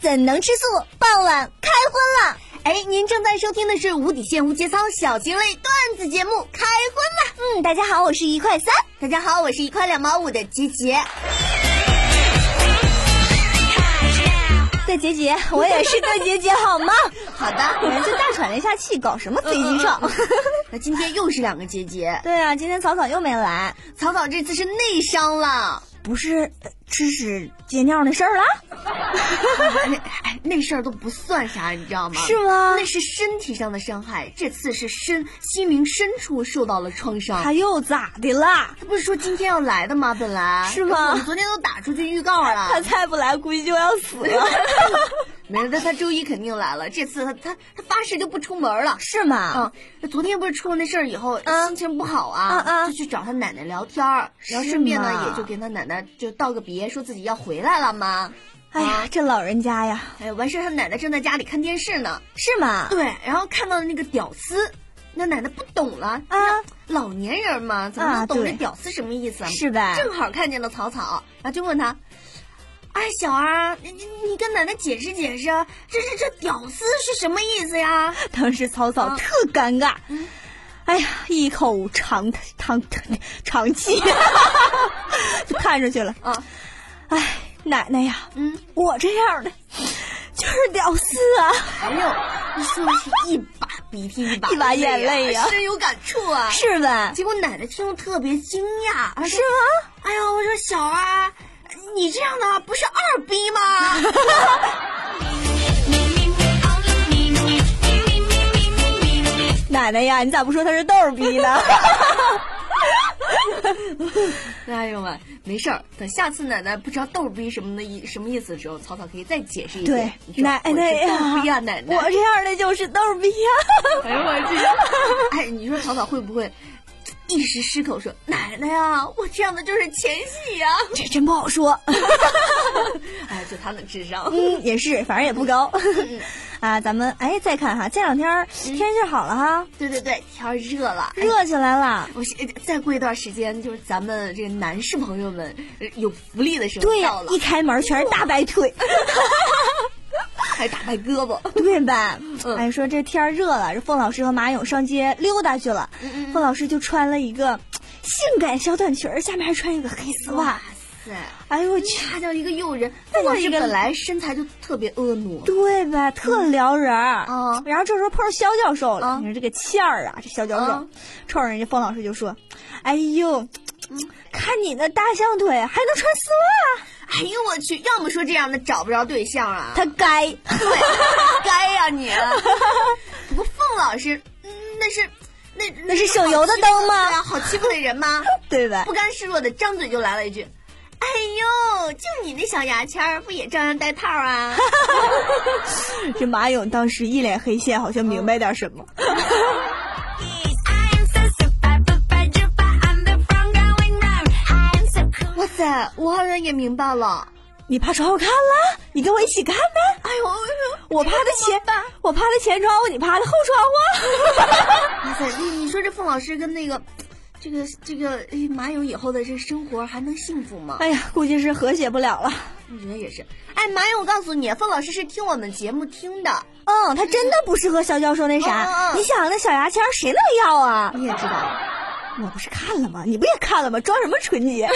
怎能吃素？傍晚开荤了！哎，您正在收听的是无底线无节操小情类段子节目《开啊荤了》。嗯，大家好，我是一块三。大家好，我是一块两毛五的杰杰。对杰杰，我也是对杰杰，好吗？好的，人家大喘了一下气，搞什么飞机上？嗯 那今天又是两个杰杰。对啊，今天草草又没来，草草这次是内伤 了。不是吃屎解尿那事儿了，那哎那事儿都不算啥，你知道吗？是吗？那是身体上的伤害，这次是身心灵深处受到了创伤。他又咋的啦？他不是说今天要来的吗？本来是吗？我们昨天都打出去预告了。他再不来，估计就要死 了。没他他周一肯定来了。这次他他他发誓就不出门了，是吗？嗯，昨天不是出了那事儿以后，心情不好啊，就去找他奶奶聊天儿，然后顺便呢也就跟他奶奶就道个别，说自己要回来了嘛。哎呀，这老人家呀！哎，完事儿他奶奶正在家里看电视呢，是吗？对，然后看到了那个屌丝，那奶奶不懂了啊，嗯老年人嘛，怎么能懂这屌丝什么意思？啊啊是呗？正好看见了草草，然后就问他。哎，小儿，你你你跟奶奶解释解释，这这这屌丝是什么意思呀？当时草草特尴尬，嗯、哎呀，一口长长长 气，就看上去了啊！哎，奶奶呀，嗯，我这样的就是屌丝啊！哎呦，你说的是一把鼻涕一把、啊、 一把眼泪呀、啊，深有感触啊！是呗？结果奶奶听了特别惊讶，是吗？哎呀，我说小儿。你这样的不是二逼吗？奶奶呀，你咋不说他是豆逼呢？哎呦喂，没事儿，等下次奶奶不知道逗逼什么的意什么意思的时候，草草可以再解释一遍。对，奶奶哎呀，逗逼啊，奶奶，我这样的就是逗逼呀。哎呦我去！ 哎，你说草草会不会？一时失口说：“奶奶呀，我这样的就是前戏呀、啊，”这真不好说。哎，就他的智商，嗯， 也是，反正也不高。 啊，咱们哎再看哈，这两天天气好了哈，对对对，天热了，哎热起来了。我再过一段时间，就是咱们这个男士朋友们呃有福利的时候对呀、啊，一开门全是大白 腿。还打败胳膊，对吧？嗯、哎，说这天热了，这凤老师和马勇上街溜达去了。嗯嗯凤老师就穿了一个性感小短裙，下面还穿一个黑丝袜。对，哎呦我去，那叫一个诱人！那老师本来身材就特别婀娜，哦对吧？特撩人啊。然后这时候碰上肖教授了，你说这个欠儿啊，这肖教授冲着人家方老师就说：“哎呦，嗯看你那大象腿还能穿丝袜！”啊哎呦我去，要么说这样的找不着对象啊，他该，对，该呀你。 不过凤老师，嗯那是。那那是省油的灯吗？好欺负的人吗？对吧？不甘示弱的张嘴就来了一句。哎呦，就你那小牙签儿，不也照样戴套啊？ 这马勇当时一脸黑线，好像明白点什么。哇塞，我好像也明白了。你怕床好看了？你跟我一起看呗。哎呦，我趴的前，我趴的前窗户，你趴的后窗啊户。哇塞，你你说这凤老师跟那个。这个这个马勇以后的这生活还能幸福吗？ 哎呀，估计是和谐不了了。我觉得也是。哎，马勇，我告诉你，凤老师是听我们节目听 的。嗯，他真的不适合肖教授那啥。嗯嗯、你想那小牙签谁能要啊？你也知道，我不是看了吗？你不也看了吗？装什么纯洁？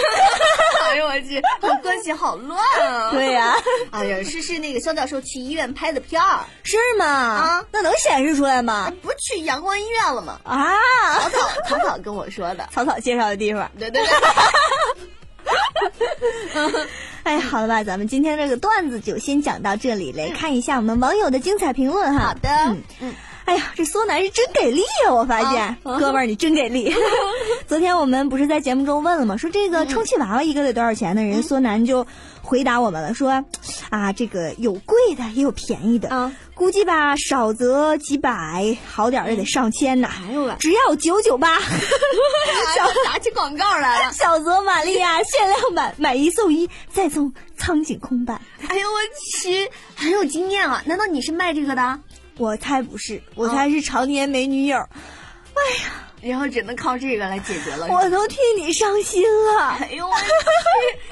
哎呦我去，我关系好乱啊！ 对呀、啊，哎呀，是是那个肖教授去医院拍的片儿，是吗？啊，那能显示出来吗？不是去阳光医院了吗？啊，草草草草跟我说的，草草介绍的地方。 对对对。哎，好了吧，咱们今天这个段子就先讲到这里嘞，嗯、看一下我们网友的精彩评论哈。好的，嗯嗯。哎呀，这缩男是真给力呀、啊！我发现，啊、哥们儿你真给 力。昨天我们不是在节目中问了吗？说这个充气娃娃一个得多少钱的人，嗯缩、嗯、男就回答我们了，说啊，这个有贵的也有便宜的，啊嗯、估计吧少则几百，好点儿也得上千呐。哎呦喂，只要九九八，啊 打起广告来了。小泽玛利亚限量版，买一送一，再送苍井空版。哎呦我去，很有经验啊！难道你是卖这个的？我猜不是，我猜是常年没女友。哦、哎呀，然后只能靠这个来解决了。 我都替你伤心了。哎呦我去！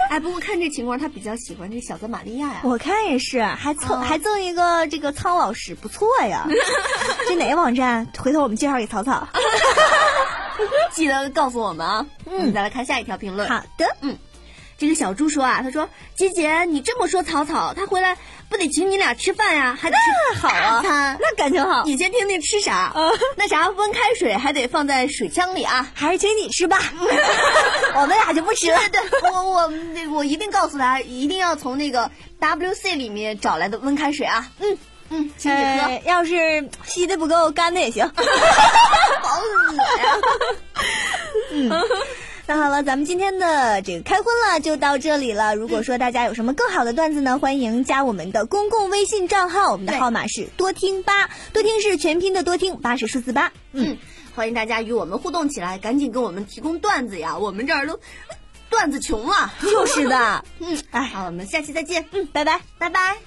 哎，不过看这情况，他比较喜欢这小泽玛利亚呀。我看也是，还蹭、还赠一个这个苍老师，不错呀。这哪个网站？回头我们介绍给草草。记得告诉我们啊。嗯，我们再来看下一条评论。好的，嗯，这个小猪说啊，他说：“姐姐，你这么说草草，他回来不得请你俩吃饭呀、还得那吃好啊大餐。那感情 好，你先听听吃啥，那啥温开水还得放在水箱里啊。”还是请你吃吧。我们俩就不吃了。对对对，我我那我一定告诉他，一定要从那个 WC 里面找来的温开水啊。嗯嗯，请你喝，呃，要是稀的不够，干的也行。 保死我呀！那好了，咱们今天的这个开荤了就到这里了。如果嗯说大家有什么更好的段子呢，欢迎加我们的公共微信账号，我们的对号码是多听八，多听是全拼的多听，八是数字八。嗯，嗯，欢迎大家与我们互动起来，赶紧给我们提供段子呀，我们这儿都呃段子穷了。就是的，嗯，哎 好，我们下期再见。嗯，拜拜。拜拜。